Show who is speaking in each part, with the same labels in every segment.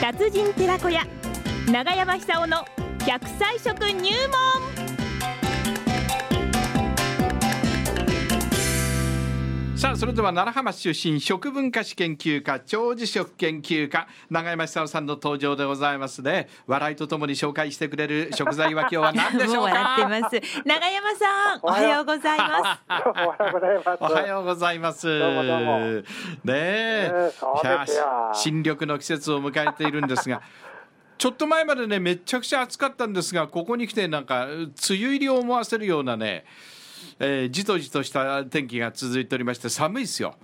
Speaker 1: 達人寺子屋長山久夫の百歳食入門
Speaker 2: さあそれでは奈良浜市出身食文化史研究家長寿食研究家永山久夫さんの登場でございますね笑いとともに紹介してくれる食材は今日は何でし
Speaker 1: もう
Speaker 2: ょう
Speaker 1: 笑
Speaker 2: か
Speaker 1: ってます長山さんおはようございま
Speaker 3: ど うもおはようございます。
Speaker 2: おはようございます。
Speaker 3: どうもどうも
Speaker 2: ねえ、
Speaker 3: ええそうですよ
Speaker 2: いや新緑の季節を迎えているんですが、 ちょっと前までねめちゃくちゃ暑かったんですが、ここに来てなんか梅雨入りを思わせるようなね、えーじとじとした天気が続いておりまして寒いですよ。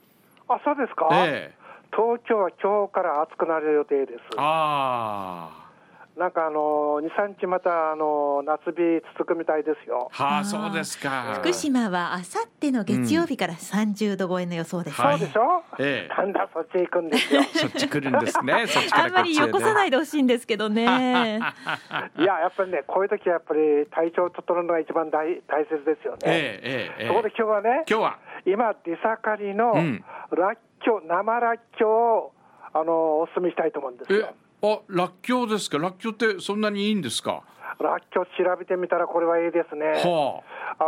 Speaker 3: あ、そうですか。
Speaker 2: ええ
Speaker 3: 東京は今日から暑くなる予定です。
Speaker 2: ああ。
Speaker 3: なんかあの二三日またあの夏日続くみたいですよ。
Speaker 2: は
Speaker 1: あー
Speaker 2: あ、そうですか。
Speaker 1: す福島はあさっての月曜日から30度超えの予想です、
Speaker 2: は
Speaker 3: そ
Speaker 2: いう
Speaker 3: でしょ。
Speaker 2: ええ
Speaker 3: なんだそっち行く んですよ。
Speaker 2: そっち来るんで すね。そっちか
Speaker 1: あ
Speaker 2: ら。
Speaker 1: んまりよこさないいでほしいんですけどね
Speaker 3: いや、やっぱりね、こういう時はやっぱり体調を整えるのが一番大大切ですよね。
Speaker 2: ええええええ
Speaker 3: そこで今日はね、
Speaker 2: 今日は
Speaker 3: 今出盛りの
Speaker 2: うん
Speaker 3: ラッキョ生ラッキョをあのお勧めしたいと思うんですよ
Speaker 2: え。、あ、らっきょうですか。らっきょうってそんなにいいんですか。
Speaker 3: ラッキョ調べてみたらこれはいいですね。
Speaker 2: は
Speaker 3: あ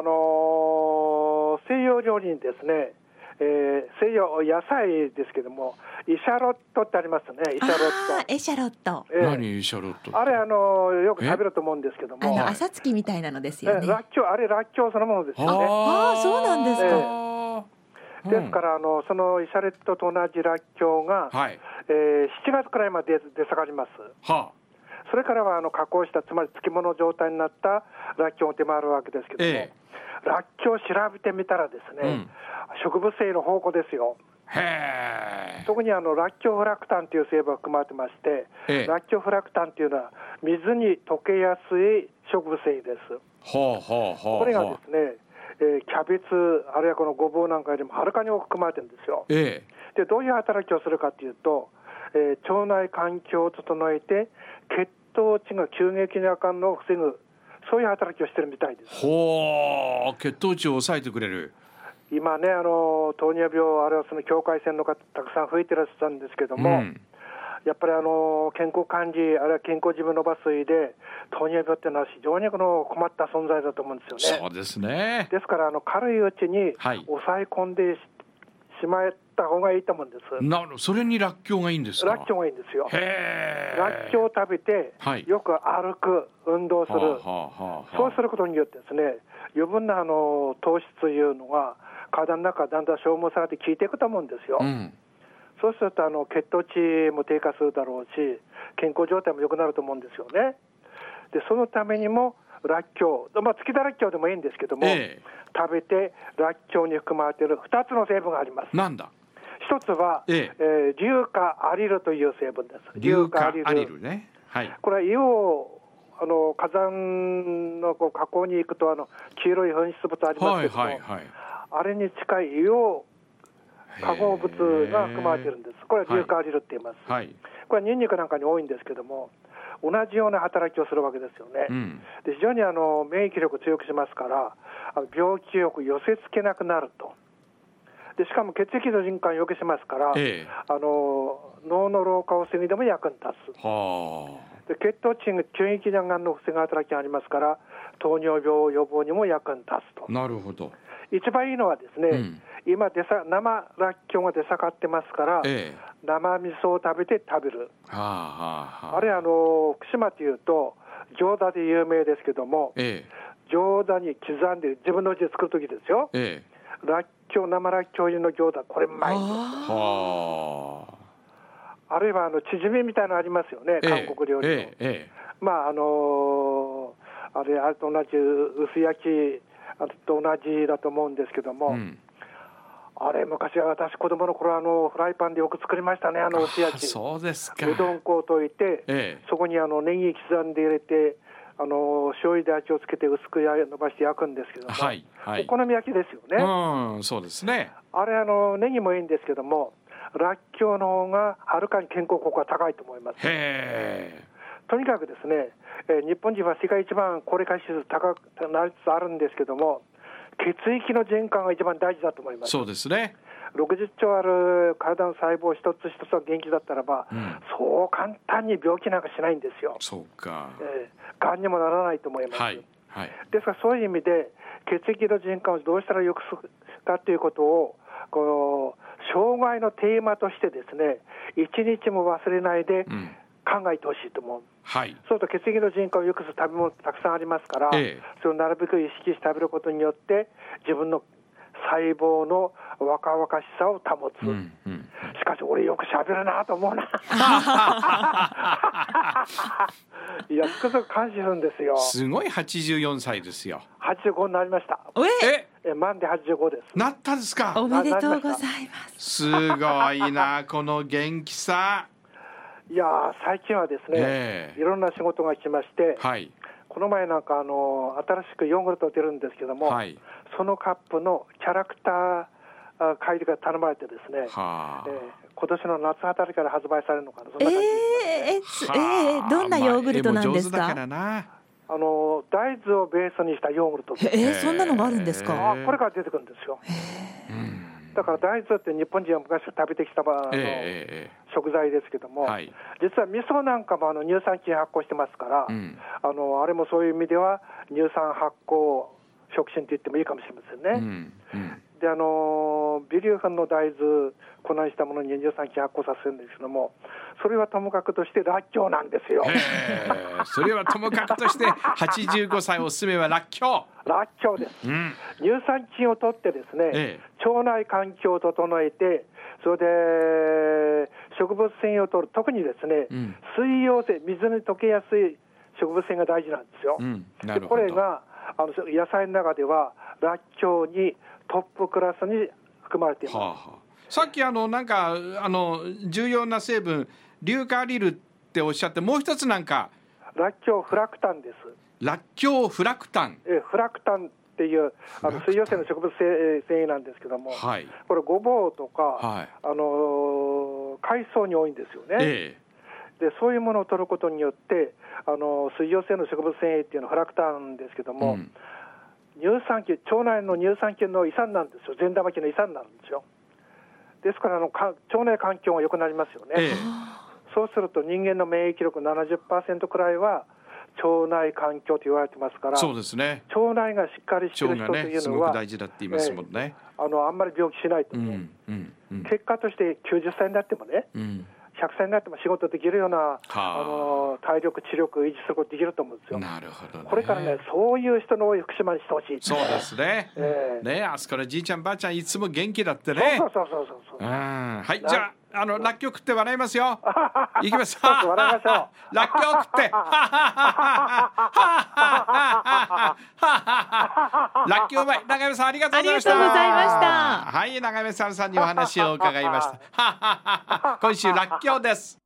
Speaker 3: のー西洋料理にですね、えー西洋野菜ですけども、イシャロットってありますね、イシャ
Speaker 1: あ
Speaker 3: ロッ
Speaker 1: あ
Speaker 3: ト。
Speaker 1: ーエシャロット
Speaker 2: あ、
Speaker 3: ええ
Speaker 2: 何イシャロット。
Speaker 3: あれ、あのーよく
Speaker 2: え
Speaker 3: 食べると思うんですけど
Speaker 1: あ
Speaker 3: も、
Speaker 1: の
Speaker 2: はい
Speaker 1: 朝月みたいなのです
Speaker 3: え
Speaker 1: よね
Speaker 3: ーらっきょう、あれ、らっきょうそのものですよね。
Speaker 2: は
Speaker 1: あーそうなんです
Speaker 3: か
Speaker 2: ええ
Speaker 3: ですから、あのそのイシャロットと同じらっきょうが、
Speaker 2: うんはい。
Speaker 3: えー7月くらいまで出下がります。
Speaker 2: はあ。
Speaker 3: それからはあの加工した、つまり漬物状態になったらっきょうを出回るわけですけども、
Speaker 2: え
Speaker 3: らっきょうを調べてみたらですね、
Speaker 2: うん
Speaker 3: 植物性の宝庫ですよ。
Speaker 2: へえ。
Speaker 3: 特にあのラッキョフラクタンという成分が含まれてまして、
Speaker 2: ええ
Speaker 3: ラッキョフラクタンというのは水に溶けやすい植物繊維です。
Speaker 2: ほうほうほう。
Speaker 3: これがですね、えーキャベツあるいはこのごぼうなんかよりもはるかに多く含まれてるんですよ。
Speaker 2: え
Speaker 3: でどういう働きをするかというと、えー腸内環境を整えて血糖値が急激に上がるのを防ぐそういう働きをしてるみたいで
Speaker 2: え。
Speaker 3: す。
Speaker 2: ほう。血糖値を抑えてくれる。
Speaker 3: 今ねあの糖尿病あるいはその境界線の方たくさん増えてらっしゃるんですけど
Speaker 2: う
Speaker 3: も。
Speaker 2: ん。
Speaker 3: やっぱりあの健康管理、あるいは健康自分の抜粋で、糖尿病っていうのは非常にこの困った存在だと思うんですよ
Speaker 2: そ
Speaker 3: ね。
Speaker 2: うですね。
Speaker 3: ですからあの、軽いうちに
Speaker 2: はい
Speaker 3: 抑え込んでし,、まった方がいいと思うんです。
Speaker 2: なるほどそれにらっきょうがいいんですか。
Speaker 3: ラッキョがいいんですよ。
Speaker 2: へえ。
Speaker 3: ラッキョを食べて、
Speaker 2: はい
Speaker 3: よく歩く、運動する、
Speaker 2: はあはあはあ
Speaker 3: そうすることによってですね、余分なあの糖質というのが、体の中、だんだん消耗されて効いていくと思うんですよ。
Speaker 2: うん。
Speaker 3: そうするとあの血糖値も低下するだろうし健康状態も良くなると思うんですよね。でそのためにもらっきょう、まあ、月田らっきょうでもいいんですけども、
Speaker 2: え
Speaker 3: 食べてらっきょうに含まれている2つの成分があります
Speaker 2: え。。なんだ。
Speaker 3: 一つは、
Speaker 2: ええ
Speaker 3: えー硫化アリルという成分です。
Speaker 2: 硫化アリルね。はい。
Speaker 3: これは硫黄あの火山のこう火口に行くとあの黄色い噴出物あります
Speaker 2: は
Speaker 3: け
Speaker 2: い
Speaker 3: ども、
Speaker 2: はいはい。
Speaker 3: あれに近い硫黄化合物が含まれているんです。これは硫化アリルって言います。
Speaker 2: はい。
Speaker 3: これはニンニクなんかに多いんですけども、同じような働きをするわけですよね。
Speaker 2: うん。
Speaker 3: で非常にあの免疫力を強くしますから、あの病気を寄せつけなくなると。でしかも血液の循環を良くしますから、
Speaker 2: ええ
Speaker 3: あの脳の老化を防ぎでも役に立つ。
Speaker 2: は
Speaker 3: で血糖値が急激ながんの防ぐ働きがありますから、糖尿病予防にも役に立つと
Speaker 2: あ。。なるほど。
Speaker 3: 一番いいのはですね、
Speaker 2: うん
Speaker 3: 今出さ生らっきょうが出盛ってますから、
Speaker 2: ええ。
Speaker 3: 生味噌を食べて食べる。
Speaker 2: はあはあはあ。
Speaker 3: あれあの福島というと餃子で有名ですけども
Speaker 2: え
Speaker 3: 餃子に刻んで自分の家で作る時ですよ
Speaker 2: えええ。
Speaker 3: らっきょう生らっきょう入りの餃子これうまいあ
Speaker 1: あ
Speaker 2: はあ。
Speaker 3: るいはあのチヂミみたいなのありますよね
Speaker 2: ええ
Speaker 3: 韓国料理の、
Speaker 2: えええ
Speaker 3: まああのーあれあれと同じ薄焼きあれと同じだと思うんですけども、
Speaker 2: え。うん。
Speaker 3: あれ昔は私子供の頃あのフライパンでよく作りましたねあの薄焼
Speaker 2: あ
Speaker 3: きう
Speaker 2: そうですか。
Speaker 3: どん粉を溶いて、
Speaker 2: ええ。
Speaker 3: そこにあのネギ刻んで入れて、あの醤油で味をつけて薄くや伸ばして焼くんですけども、
Speaker 2: はいはい
Speaker 3: お好み焼きですよね。
Speaker 2: うん、そうですね。
Speaker 3: あれあのネギもいいんですけども、らっきょうの方がはるかに健康効果が高いと思います。
Speaker 2: へえ。
Speaker 3: とにかくですね、えー日本人は世界一番高齢化指数高くなりつつあるんですけども、血液の循環が一番大事だと思います。
Speaker 2: そうですね。
Speaker 3: 60兆ある体の細胞一つ一つが元気だったらば、そう簡単に病気なんかしないんですよ。
Speaker 2: そうか。
Speaker 3: えー、がんにもならないと思います。
Speaker 2: はい。はい。
Speaker 3: ですからそういう意味で血液の循環をどうしたらよくするかということをこの障害のテーマとしてですね一日も忘れないで
Speaker 2: うん。
Speaker 3: 考えてほしいと思う、
Speaker 2: はい。
Speaker 3: そうすると血液の循環を良くする食べ物たくさんありますから、
Speaker 2: ええ
Speaker 3: それをなるべく意識して食べることによって自分の細胞の若々しさを保つ、
Speaker 2: うん。うん。
Speaker 3: しかし俺よく喋るなと思う な いやつくづく感謝するんですよ
Speaker 2: すごい84歳ですよ。
Speaker 3: 85になりました
Speaker 4: おえ
Speaker 2: え、
Speaker 3: え満で85です
Speaker 2: なったんです
Speaker 4: お
Speaker 2: か。
Speaker 4: めでとうございます。
Speaker 2: すごいな、 この元気さ。
Speaker 3: いやー最近はですね、
Speaker 2: え
Speaker 3: いろんな仕事が来まして、
Speaker 2: え。はい。
Speaker 3: この前なんかあの新しくヨーグルトを出るんですけども、
Speaker 2: はい。
Speaker 3: そのカップのキャラクターあ帰りが頼まれてですね、
Speaker 2: はあ
Speaker 3: え。ー今年の夏あたりから発売されるのかなそん
Speaker 4: え
Speaker 3: な
Speaker 4: ー
Speaker 3: 感じ、
Speaker 4: えつ
Speaker 2: はあ
Speaker 4: えーどんなヨーグルトなんです
Speaker 2: まあ
Speaker 4: か
Speaker 2: 絵も上手だからな。
Speaker 3: あの大豆をベースにしたヨーグルト
Speaker 4: えーそんなのがあるんですか、
Speaker 3: あこれから出てくるんですよ、だから大豆って日本人は昔から食べてきたまあの
Speaker 2: えええええ
Speaker 3: 食材ですけど
Speaker 2: え
Speaker 3: も、
Speaker 2: はい。
Speaker 3: 実は味噌なんかもあの乳酸菌発酵してますから、
Speaker 2: うん。
Speaker 3: あのあれもそういう意味では乳酸発酵食品と言ってもいいかもしれません
Speaker 2: う
Speaker 3: ね、
Speaker 2: ん。うん。
Speaker 3: であの微粒粉の大豆粉にしたものに乳酸菌発酵させるんですけどもそれはともかくとしてらっきょうなんですよ
Speaker 2: ええそれはともかくとして85歳おすすめはらっきょ
Speaker 3: らっきょうです
Speaker 2: う。うん。
Speaker 3: 乳酸菌を取ってですね、
Speaker 2: え
Speaker 3: 腸内環境を整えてそれで植物繊維を取る特にですね、
Speaker 2: うん
Speaker 3: 水溶性水に溶けやすい植物繊維が大事なんですよ、
Speaker 2: うん。な
Speaker 3: で
Speaker 2: るほ
Speaker 3: こ
Speaker 2: ど。
Speaker 3: れがあの野菜の中ではらっきょうにトップクラスに含まれてい
Speaker 2: はあ
Speaker 3: ま
Speaker 2: はあ、さっきあのなんかあの重要な成分リューカリルっておっしゃってもう一つなんか
Speaker 3: す。らっきょうフラクタンです。
Speaker 2: ラッキョウフラクタン
Speaker 3: えフラクタンっていうあの
Speaker 2: フ
Speaker 3: 水
Speaker 2: ラ
Speaker 3: 溶
Speaker 2: クタン
Speaker 3: 性の植物繊維なんですけども、
Speaker 2: はい
Speaker 3: これごぼうとか、
Speaker 2: はい
Speaker 3: あのー海藻に多いんですよね。
Speaker 2: え
Speaker 3: でそういうものを取ることによってあのー水溶性の植物繊維っていうのはフラクタンですけど
Speaker 2: えう
Speaker 3: も、
Speaker 2: ん、
Speaker 3: 乳酸菌腸内の乳酸菌の遺産なんですよ善玉菌の遺産なんですよ。ですからあのか腸内環境が良くなりますよね。
Speaker 2: ええ
Speaker 3: そうすると人間の免疫力70%くらいは腸内環境と言われてますから、
Speaker 2: そうですね
Speaker 3: 腸内がしっかりしてる人
Speaker 2: 腸
Speaker 3: と
Speaker 2: が
Speaker 3: い
Speaker 2: ね
Speaker 3: う
Speaker 2: す
Speaker 3: の
Speaker 2: ごく
Speaker 3: は、
Speaker 2: 大事だって言いますもんね、
Speaker 3: あのあんまり病気しないと
Speaker 2: う
Speaker 3: 思う、
Speaker 2: んうんうん
Speaker 3: 結果として90歳になってもね、
Speaker 2: うん
Speaker 3: 100歳になっても仕事できるような、
Speaker 2: あ
Speaker 3: あの体力、知力を維持することできると思うんですよ。
Speaker 2: なるほど、ね、
Speaker 3: これからね、そういう人の多い福島にしてほしい。
Speaker 2: そうですね、
Speaker 3: ええ
Speaker 2: ねあそこのじいちゃんばあちゃんいつも元気だってね
Speaker 3: そうそうそうそうそ
Speaker 2: うん
Speaker 3: う
Speaker 2: はい、じゃあ、あの、らっきょう食って笑います よ。いきます。
Speaker 3: ちょっと笑いましょう
Speaker 2: らっきょう食って。らっきょううまい、長山さん、ありがとうございまし
Speaker 1: あ
Speaker 2: た。
Speaker 1: りがとうございました
Speaker 2: はい、長山さんさんにお話を伺いました。今週らっきょうです。